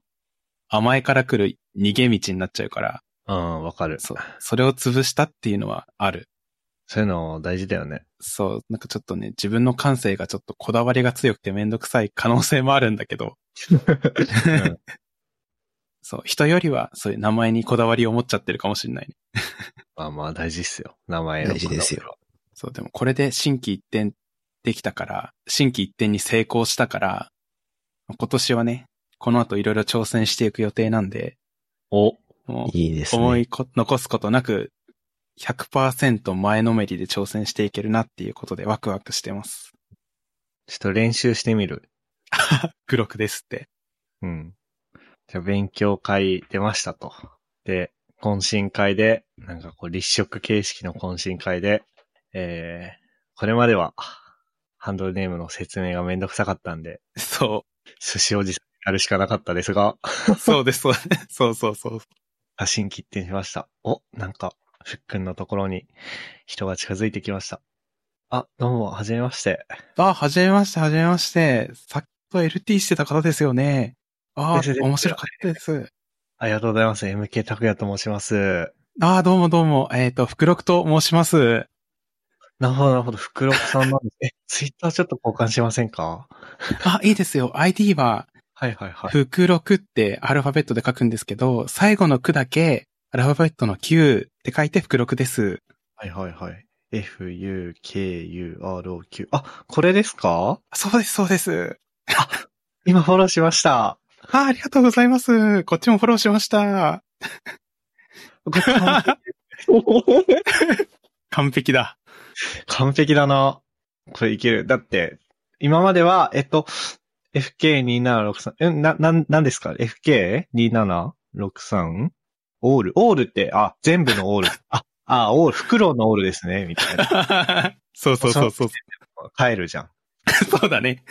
[SPEAKER 2] 甘えから来る逃げ道になっちゃうから、
[SPEAKER 1] うん、わかる。
[SPEAKER 2] そ、
[SPEAKER 1] そう
[SPEAKER 2] それを潰したっていうのはある。
[SPEAKER 1] ういうの大事だよ ね。
[SPEAKER 2] そう、なんかちょっとね、自分の感性がちょっとこだわりが強くてめんどくさい可能性もあるんだけど、
[SPEAKER 1] うん
[SPEAKER 2] そう、人よりはそういう名前にこだわりを持っちゃってるかもしれないね。
[SPEAKER 1] まあまあ大事っすよ。名前の
[SPEAKER 3] 大事ですよ。
[SPEAKER 2] そう、でもこれで新規一点できたから、新規一点に成功したから、今年はね、この後いろいろ挑戦していく予定なんで、
[SPEAKER 1] お、
[SPEAKER 2] も
[SPEAKER 3] いいです
[SPEAKER 2] う
[SPEAKER 3] ね。
[SPEAKER 2] 思いこ、残すことなく、100%前のめりで挑戦していけるなっていうことでワクワクしてます。
[SPEAKER 1] ちょっと練習してみる。
[SPEAKER 2] グロクですって。
[SPEAKER 1] うん。じゃあ勉強会出ましたと。で、懇親会で、なんかこう立食形式の懇親会で、えー、これまでは、ハンドルネームの説明がめんどくさかったんで、
[SPEAKER 2] そ
[SPEAKER 1] 寿司おじさんになるしかなかったですが、
[SPEAKER 2] う、そうです、そう ですそうそうそう。
[SPEAKER 1] 写真切ってみました。お、なんか、ふっくんのところに人が近づいてきました。あ、どうも、はじめまして。
[SPEAKER 2] あ、はじめまして、はじめまして。さっきと LT してた方ですよね。あ
[SPEAKER 1] ですです
[SPEAKER 2] ー、面白かったです。
[SPEAKER 1] ありがとうございます。MK 拓也と申します。
[SPEAKER 2] あー、どうもどうも。えっ、と、福禄と申します。
[SPEAKER 1] なるほど、なるほど。福録さんなんです。え、ツイッターちょっと交換しませんか
[SPEAKER 2] あ、いいですよ。ID は、
[SPEAKER 1] はいはいはい。
[SPEAKER 2] 福禄ってアルファベットで書くんですけど、最後の句だけ、アルファベットの Q って書いて福禄です。
[SPEAKER 1] はいはいはい。F, U, K, U, R, O, Q。あ、これですか
[SPEAKER 2] そうです、そうです。
[SPEAKER 1] 今フォローしました。
[SPEAKER 2] あー、ありがとうございます。こっちもフォローし ました。
[SPEAKER 1] これ
[SPEAKER 2] 完璧だ。
[SPEAKER 1] 完璧 だな。これいける。だって、今までは、えっと、FK2763、え、な、なん、なんですか ?FK2763? オールオールって、あ、全部のオール。あ、あ、オール、袋のオールですね、みたいな。
[SPEAKER 2] そうそうそうそう。
[SPEAKER 1] 帰るじゃん。
[SPEAKER 2] そうだね。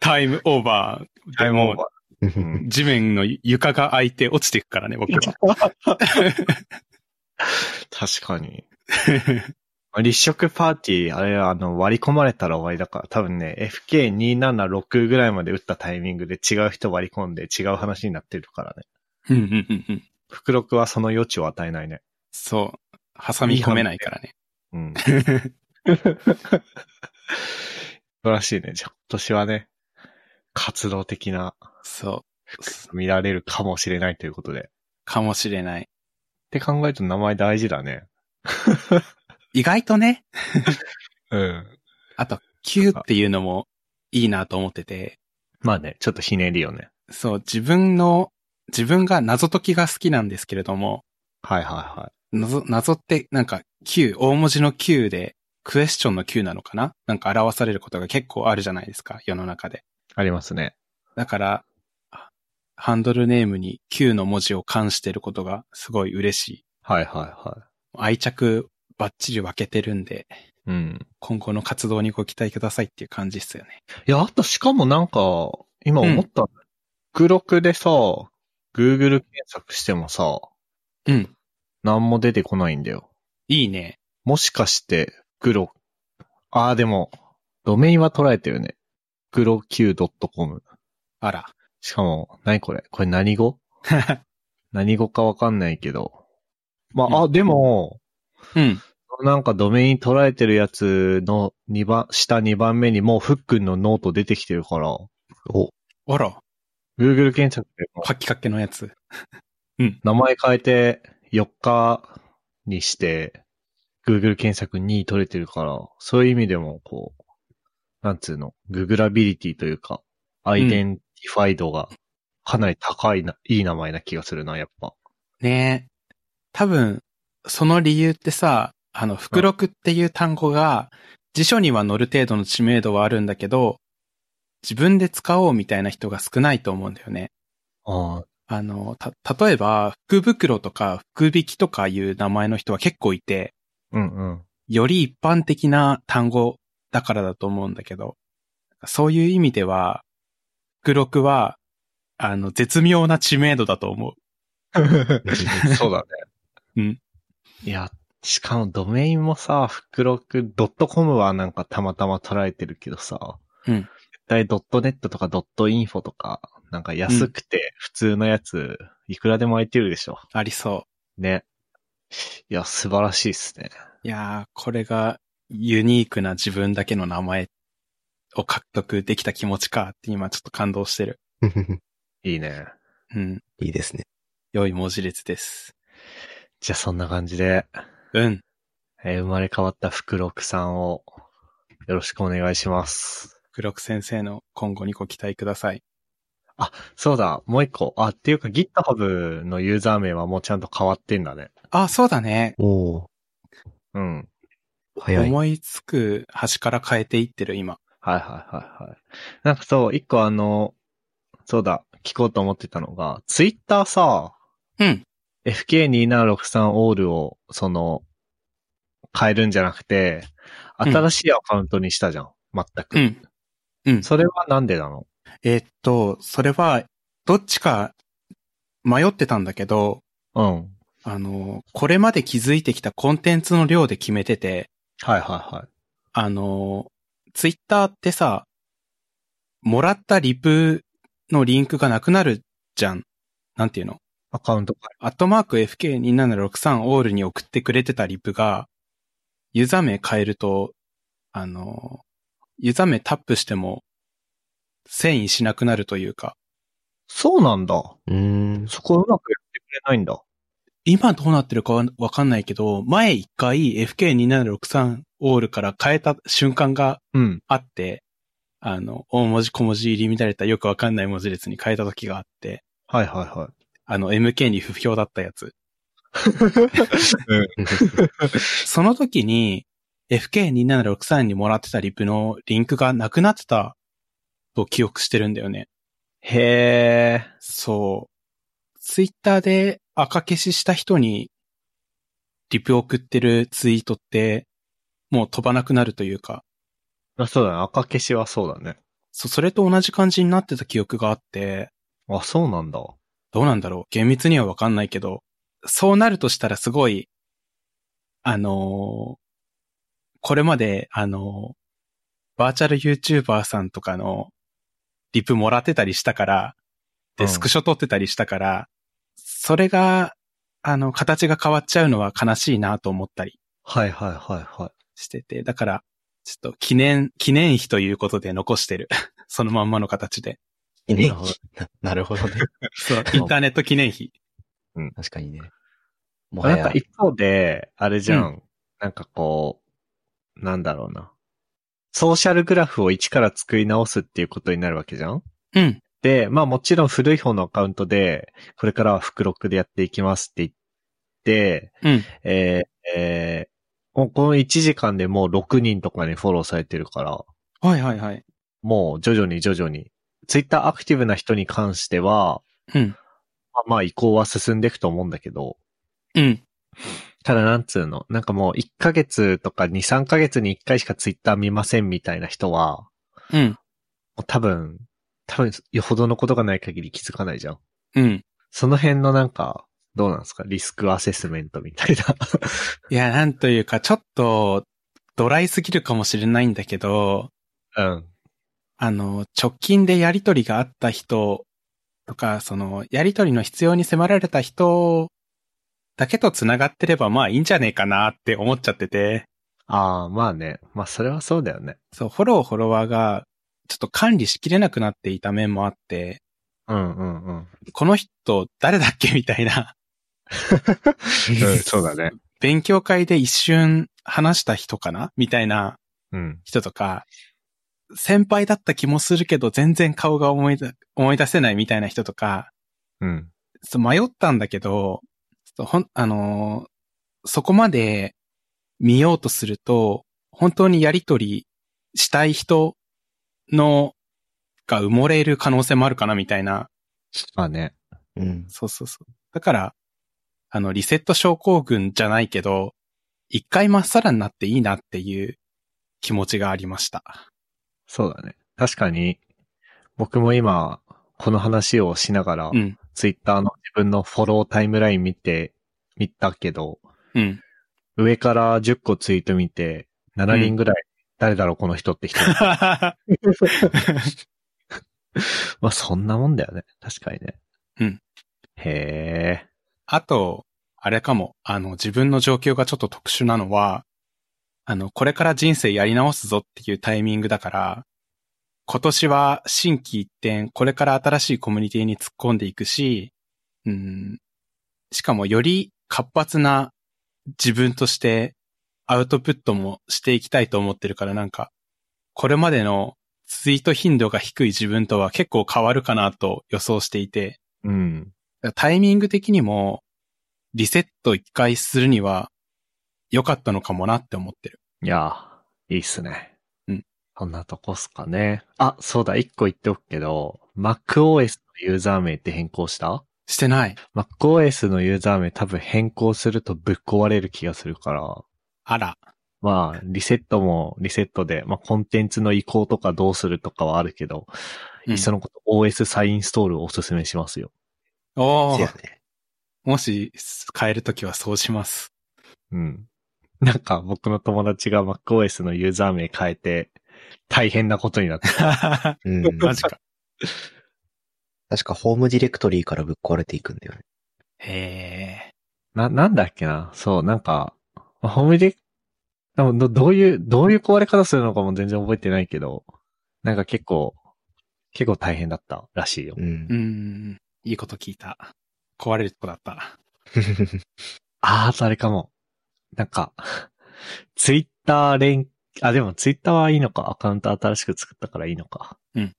[SPEAKER 2] タイムオーバー。でも、
[SPEAKER 1] うん
[SPEAKER 2] 地面の床が空いて落ちていくからね、僕は。
[SPEAKER 1] 確かに。立食パーティー、あれはあの割り込まれたら終わりだから、多分ね、FK276 ぐらいまで打ったタイミングで違う人割り込んで違う話になってるからね。
[SPEAKER 2] うんうんうんうん
[SPEAKER 1] 福録はその余地を与えないね。
[SPEAKER 2] そう。挟み込めないからね。
[SPEAKER 1] うん。素晴らしいね。じゃあ今年はね、活動的な
[SPEAKER 2] そう。
[SPEAKER 1] 見られるかもしれないということで。っ
[SPEAKER 2] かもしれない。
[SPEAKER 1] て考えると名前大事だね。
[SPEAKER 2] 意外とね、
[SPEAKER 1] うん。
[SPEAKER 2] あと Q っていうのもいいなと思ってて、
[SPEAKER 1] まあね、ちょっとひねりよね。
[SPEAKER 2] そう、自分の、自分が謎解きが好きなんですけれども、
[SPEAKER 1] はいはいはい。
[SPEAKER 2] 謎、謎ってなんか Q、大文字の Q で、クエスチョンの Q なのかななんか表されることが結構あるじゃないですか、世の中で。
[SPEAKER 1] ありますね。
[SPEAKER 2] だから、あハンドルネームに Q の文字を冠してることがすごい嬉しい。
[SPEAKER 1] はいはいは
[SPEAKER 2] 愛着バッチリ分けてるんで、
[SPEAKER 1] い。うん。
[SPEAKER 2] 今後の活動にご期待くださいっていう感じっすよね。
[SPEAKER 1] いや、あとしかもなんか、今思った、グロクでさ、Google 検索してもさ、
[SPEAKER 2] うん。
[SPEAKER 1] 何も出てこないんだよ。
[SPEAKER 2] いいね。
[SPEAKER 1] もしかして、グロ、あーでも、ドメインは捉えてるね。グロ Q.com。
[SPEAKER 2] あら。
[SPEAKER 1] しかも、何これこれ何語何語かわかんないけど。まあ、あ、
[SPEAKER 2] うん
[SPEAKER 1] でも、
[SPEAKER 2] うん。
[SPEAKER 1] なんかドメイン捉えてるやつの2番、下2番目にもうフックンのノート出てきてるから、
[SPEAKER 3] お、
[SPEAKER 2] あら。
[SPEAKER 1] Google 検索でも
[SPEAKER 2] カッキカッキのやつ。
[SPEAKER 1] 名前変えて4日にして、Google 検索2位取れてるから、そういう意味でも、こう、なんつうの、Google アビリティというか、アイデンティファイドがかなり高いな、いい名前な気がするな、やっぱ。
[SPEAKER 2] ねえ。多分、その理由ってさ、あの、福録っていう単語が、辞書には載る程度の知名度はあるんだけど、自分で使おうみたいな人が少ないと思うんだよね。
[SPEAKER 1] ああ、
[SPEAKER 2] あの、た、例えば、福袋とか福引きとかいう名前の人は結構いて、
[SPEAKER 1] うんうん。
[SPEAKER 2] より一般的な単語だからだと思うんだけど、そういう意味では、福録は、あの、絶妙な知名度だと思う。
[SPEAKER 1] そうだね。
[SPEAKER 2] うん。
[SPEAKER 1] いや、しかもドメインもさ、福録 .com はなんかたまたま捉えてるけどさ、
[SPEAKER 2] うん
[SPEAKER 1] 絶対 .net とか .info とか、なんか安くて普通のやつ、いくらでも空いてるでしょ。
[SPEAKER 2] ありそ
[SPEAKER 1] ね。いや、素晴らしいっすね。
[SPEAKER 2] う。いやー、これがユニークな自分だけの名前を獲得できた気持ちかって今ちょっと感動してる。
[SPEAKER 1] いいね。
[SPEAKER 2] うん。
[SPEAKER 3] いいですね。
[SPEAKER 2] 良い文字列です。
[SPEAKER 1] じゃあそんな感じで、
[SPEAKER 2] うん。
[SPEAKER 1] えー生まれ変わった福六さんをよろしくお願いします。
[SPEAKER 2] 黒く先生の今後にご期待ください。
[SPEAKER 1] そうだ、もう一個。あ、っていうか GitHub のユーザー名はもうちゃんと変わってんだね。
[SPEAKER 2] あ、そうだね。
[SPEAKER 3] おー、
[SPEAKER 1] うん。
[SPEAKER 3] 早い。
[SPEAKER 2] 思いつく端から変えていってる、今。
[SPEAKER 1] はいはいはいはい。なんかそう、一個あの、そうだ、聞こうと思ってたのが、Twitter さ、
[SPEAKER 2] うん。
[SPEAKER 1] FK2763 オールを、その、変えるんじゃなくて、
[SPEAKER 2] うん
[SPEAKER 1] 新しいアカウントにしたじゃん。全く。
[SPEAKER 2] うん。うん。
[SPEAKER 1] それはなんでなの
[SPEAKER 2] えーっと、それは、どっちか迷ってたんだけど、
[SPEAKER 1] うん。
[SPEAKER 2] あの、これまで築いてきたコンテンツの量で決めてて、
[SPEAKER 1] はいはいはい。
[SPEAKER 2] あの、ツイッターってさ、もらったリプのリンクがなくなるじゃん。なんていうの
[SPEAKER 1] アカウント変
[SPEAKER 2] アットマーク FK2763 オールに送ってくれてたリプが、ユーザー名変えると、あの、ユーザー名タップしても、遷移しなくなるというか、
[SPEAKER 1] そうなんだ。
[SPEAKER 3] うーん。
[SPEAKER 1] そこうまくやってくれないんだ。
[SPEAKER 2] 今どうなってるかわわかんないけど、前一回 FK2763 オールから変えた瞬間が
[SPEAKER 1] うん。
[SPEAKER 2] あって、あの、大文字小文字入り乱れたよくわかんない文字列に変えた時があって、
[SPEAKER 1] はいはいはい。
[SPEAKER 2] あの、MK に不評だったやつ。その時に FK2763 にもらってたリプのリンクがなくなってたと記憶してるんだよね。
[SPEAKER 1] へー。
[SPEAKER 2] そう。ツイッターで赤消しした人にリプを送ってるツイートってもう飛ばなくなるというか、
[SPEAKER 1] あそうだね。赤消しはそうだね。
[SPEAKER 2] そそれと同じ感じになってた記憶があって、
[SPEAKER 1] あ、そうなんだ。
[SPEAKER 2] どうなんだろう厳密にはわかんないけど、そうなるとしたらすごい、あのーこれまで、あのーバーチャル YouTuber さんとかのリプもらってたりしたから、
[SPEAKER 1] う
[SPEAKER 2] で、
[SPEAKER 1] ん
[SPEAKER 2] スクショ撮ってたりしたから、それが、あの、形が変わっちゃうのは悲しいなと思ったり
[SPEAKER 1] はいはいはいはい。
[SPEAKER 2] してて、だから、ちょっと記念、記念碑ということで残してる。 そのまんまの形で。
[SPEAKER 3] いい
[SPEAKER 1] なる
[SPEAKER 3] ね
[SPEAKER 1] ほど。
[SPEAKER 3] ななるほどね。
[SPEAKER 2] そう、インターネット記念碑。
[SPEAKER 3] 確かにね。もは
[SPEAKER 1] なんか
[SPEAKER 3] や、
[SPEAKER 1] 一方で、あれじゃん。
[SPEAKER 2] う
[SPEAKER 1] なんかこう、なんだろうな。ソーシャルグラフを一から作り直すっていうことになるわけじゃん
[SPEAKER 2] うん。
[SPEAKER 1] で、まあもちろん古い方のアカウントで、これからは福録でやっていきますって言って、
[SPEAKER 2] うん。
[SPEAKER 1] えーえーもうこの1時間でもう6人とかにフォローされてるから、
[SPEAKER 2] はいはいはい。
[SPEAKER 1] もう徐々に徐々に、ツイッターアクティブな人に関しては、
[SPEAKER 2] うん。
[SPEAKER 1] まあまあ移行は進んでいくと思うんだけど、
[SPEAKER 2] うん。
[SPEAKER 1] ただなんつうの、なんかもう1ヶ月とか2、3ヶ月に1回しかツイッター見ませんみたいな人は、
[SPEAKER 2] うん。
[SPEAKER 1] もう多分、多分よほどのことがない限り気づかないじゃん。
[SPEAKER 2] うん。
[SPEAKER 1] その辺のなんか、どうなんですかリスクアセスメントみたいな。
[SPEAKER 2] いや、なんというか、ちょっと、ドライすぎるかもしれないんだけど、
[SPEAKER 1] うん。
[SPEAKER 2] あの、直近でやりとりがあった人とか、その、やりとりの必要に迫られた人だけと繋がってれば、まあいいんじゃねえかなって思っちゃってて、
[SPEAKER 1] ああ、まあね。まあそれはそうだよね。
[SPEAKER 2] そう、フォロー、フォロワーが、ちょっと管理しきれなくなっていた面もあって、
[SPEAKER 1] うんうんうん。
[SPEAKER 2] この人誰だっけみたいな、
[SPEAKER 1] そうだね。
[SPEAKER 2] 勉強会で一瞬話した人かなみたいな
[SPEAKER 1] うん。
[SPEAKER 2] 人とか、先輩だった気もするけど全然顔が思い出思い出せないみたいな人とか、
[SPEAKER 1] うん。
[SPEAKER 2] そう迷ったんだけど、そうほん、あのーそこまで見ようとすると、本当にやりとりしたい人の、が埋もれる可能性もあるかなみたいな。
[SPEAKER 1] まあね。
[SPEAKER 3] うん。
[SPEAKER 2] そうそうそう。だから、あの、リセット症候群じゃないけど、一回まっさらになっていいなっていう気持ちがありました。
[SPEAKER 1] そうだね。確かに、僕も今、この話をしながら、
[SPEAKER 2] うん、
[SPEAKER 1] ツイッターの自分のフォロータイムライン見て、見たけど、
[SPEAKER 2] うん。
[SPEAKER 1] 上から10個ツイート見て、7人ぐらい、誰だろうこの人って 人。まあそんなもんだよね。確かにね。
[SPEAKER 2] うん。
[SPEAKER 1] へえ。
[SPEAKER 2] あと、あれかも、あの、自分の状況がちょっと特殊なのは、あの、これから人生やり直すぞっていうタイミングだから、今年は新規一点、これから新しいコミュニティに突っ込んでいくし、うん、しかもより活発な自分としてアウトプットもしていきたいと思ってるからなんか、これまでのツイート頻度が低い自分とは結構変わるかなと予想していて、
[SPEAKER 1] うん。
[SPEAKER 2] タイミング的にもリセット一回するには良かったのかもなって思ってる。
[SPEAKER 1] いやー、いいっすね。
[SPEAKER 2] うん。
[SPEAKER 1] そんなとこっすかね。あ、そうだ、一個言っておくけど、MacOS のユーザー名って変更した
[SPEAKER 2] してない。
[SPEAKER 1] ?MacOS のユーザー名多分変更するとぶっ壊れる気がするから、
[SPEAKER 2] あら。
[SPEAKER 1] まあ、リセットもリセットで、まあ、コンテンツの移行とかどうするとかはあるけど、
[SPEAKER 2] うん
[SPEAKER 1] いっそのこと OS 再インストールをおすすめしますよ。
[SPEAKER 2] お
[SPEAKER 3] せ
[SPEAKER 2] ー
[SPEAKER 3] やね。
[SPEAKER 2] もし変えるときはそうします。
[SPEAKER 1] うん。 なんか僕の友達が MacOS のユーザー名変えて、大変なことになって、
[SPEAKER 2] マ
[SPEAKER 3] うん。
[SPEAKER 2] ジか。
[SPEAKER 3] 確かホームディレクトリーからぶっ壊れていくんだよね。
[SPEAKER 2] へ
[SPEAKER 1] な、なんだっけなそう、なんか、まあホームディレクでもど、どういう、どういう壊れ方するのかも全然覚えてないけど、なんか結構、結構大変だったらしいよ。
[SPEAKER 3] うん
[SPEAKER 2] ー。う。ん。いいこと聞いた。壊れるとこだった。
[SPEAKER 1] あー、あとあれかも。なんか、 ツイッター連、あ、でもツイッターはいいのか。アカウント新しく作ったからいいのか。
[SPEAKER 2] うん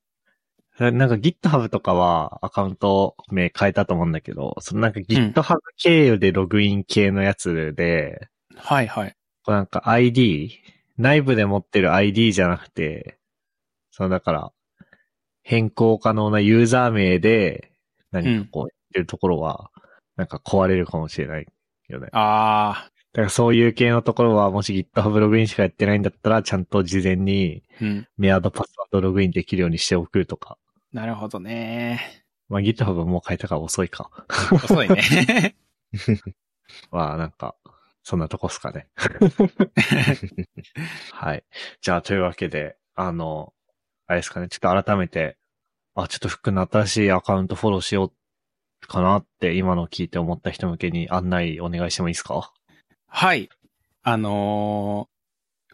[SPEAKER 1] な。なんか GitHub とかはアカウント名変えたと思うんだけど、そのなんか GitHub 経由でログイン系のやつで、
[SPEAKER 2] はいはい。
[SPEAKER 1] こうなんか ID? 内部で持ってる ID じゃなくて、そのだから、変更可能なユーザー名で何かこうやってるところは、なんか壊れるかもしれないよね。
[SPEAKER 2] あ
[SPEAKER 1] だからそういう系のところは、もし GitHub ログインしかやってないんだったら、ちゃんと事前に
[SPEAKER 2] ー。うん。
[SPEAKER 1] メアドパスワードログインできるようにしておくとか。
[SPEAKER 2] なるほどね。
[SPEAKER 1] まあ GitHub はもう変えたから遅いか。
[SPEAKER 2] 遅い ね。
[SPEAKER 1] まあなんか、そんなとこっすかね。はい。じゃあというわけで、あの、あれですかね、ちょっと改めて、あ、ちょっとふっくんの新しいアカウントフォローしようかなって今の聞いて思った人向けに案内お願いしてもいいですか
[SPEAKER 2] はい。あのー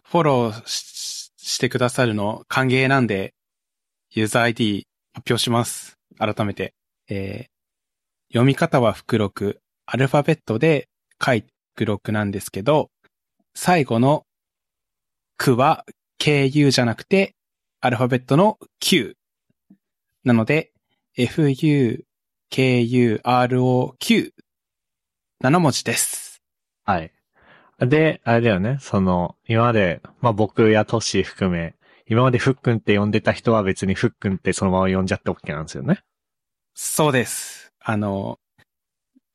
[SPEAKER 2] フォローししてくださるの歓迎なんで、ユーザー ID 発表します。改めて。えー読み方は福録、アルファベットで書いて福録なんですけど、最後のくは ku じゃなくて、アルファベットの q。なので、fu, ku, ro, q。7文字です。
[SPEAKER 1] はい。で、あれだよね、その、今まで、まあ僕やトッシー含め、今までふっくんって呼んでた人は別にふっくんってそのまま呼んじゃって OK なんですよね。
[SPEAKER 2] そうです。あの、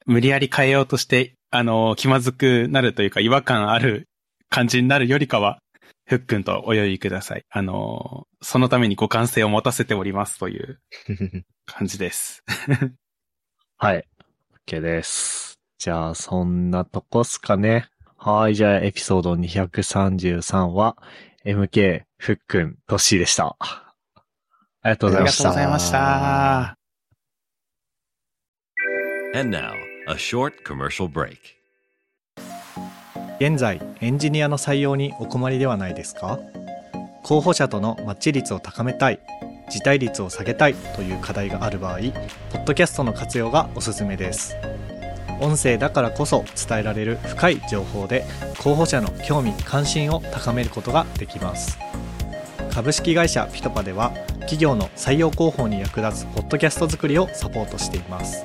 [SPEAKER 2] 無理やり変えようとして、あの、気まずくなるというか違和感ある感じになるよりかは、ふっくんとお呼びください。あの、そのためにご感性を持たせておりますという感じです。
[SPEAKER 1] はい。OK です。じゃあ、そんなとこっすかね。はい、じゃあ、エピソード233は、MK、ふっくん、トッシーでした。ありがとうござい
[SPEAKER 2] あ
[SPEAKER 1] ま
[SPEAKER 2] りが
[SPEAKER 1] し
[SPEAKER 2] と
[SPEAKER 1] た
[SPEAKER 2] うご。ざいました。
[SPEAKER 4] And now, a short commercial break.
[SPEAKER 5] 現在エンジニアの採用にお困りではないですか候補者とのマッチ率を高めたい辞退率を下げたいという課題がある場合ポッドキャストの活用がおすすめです音声だからこそ伝えられる深い情報で候補者の興味関心を高めることができます株式会社ピトパでは企業の採用広報に役立つポッドキャスト作りをサポートしています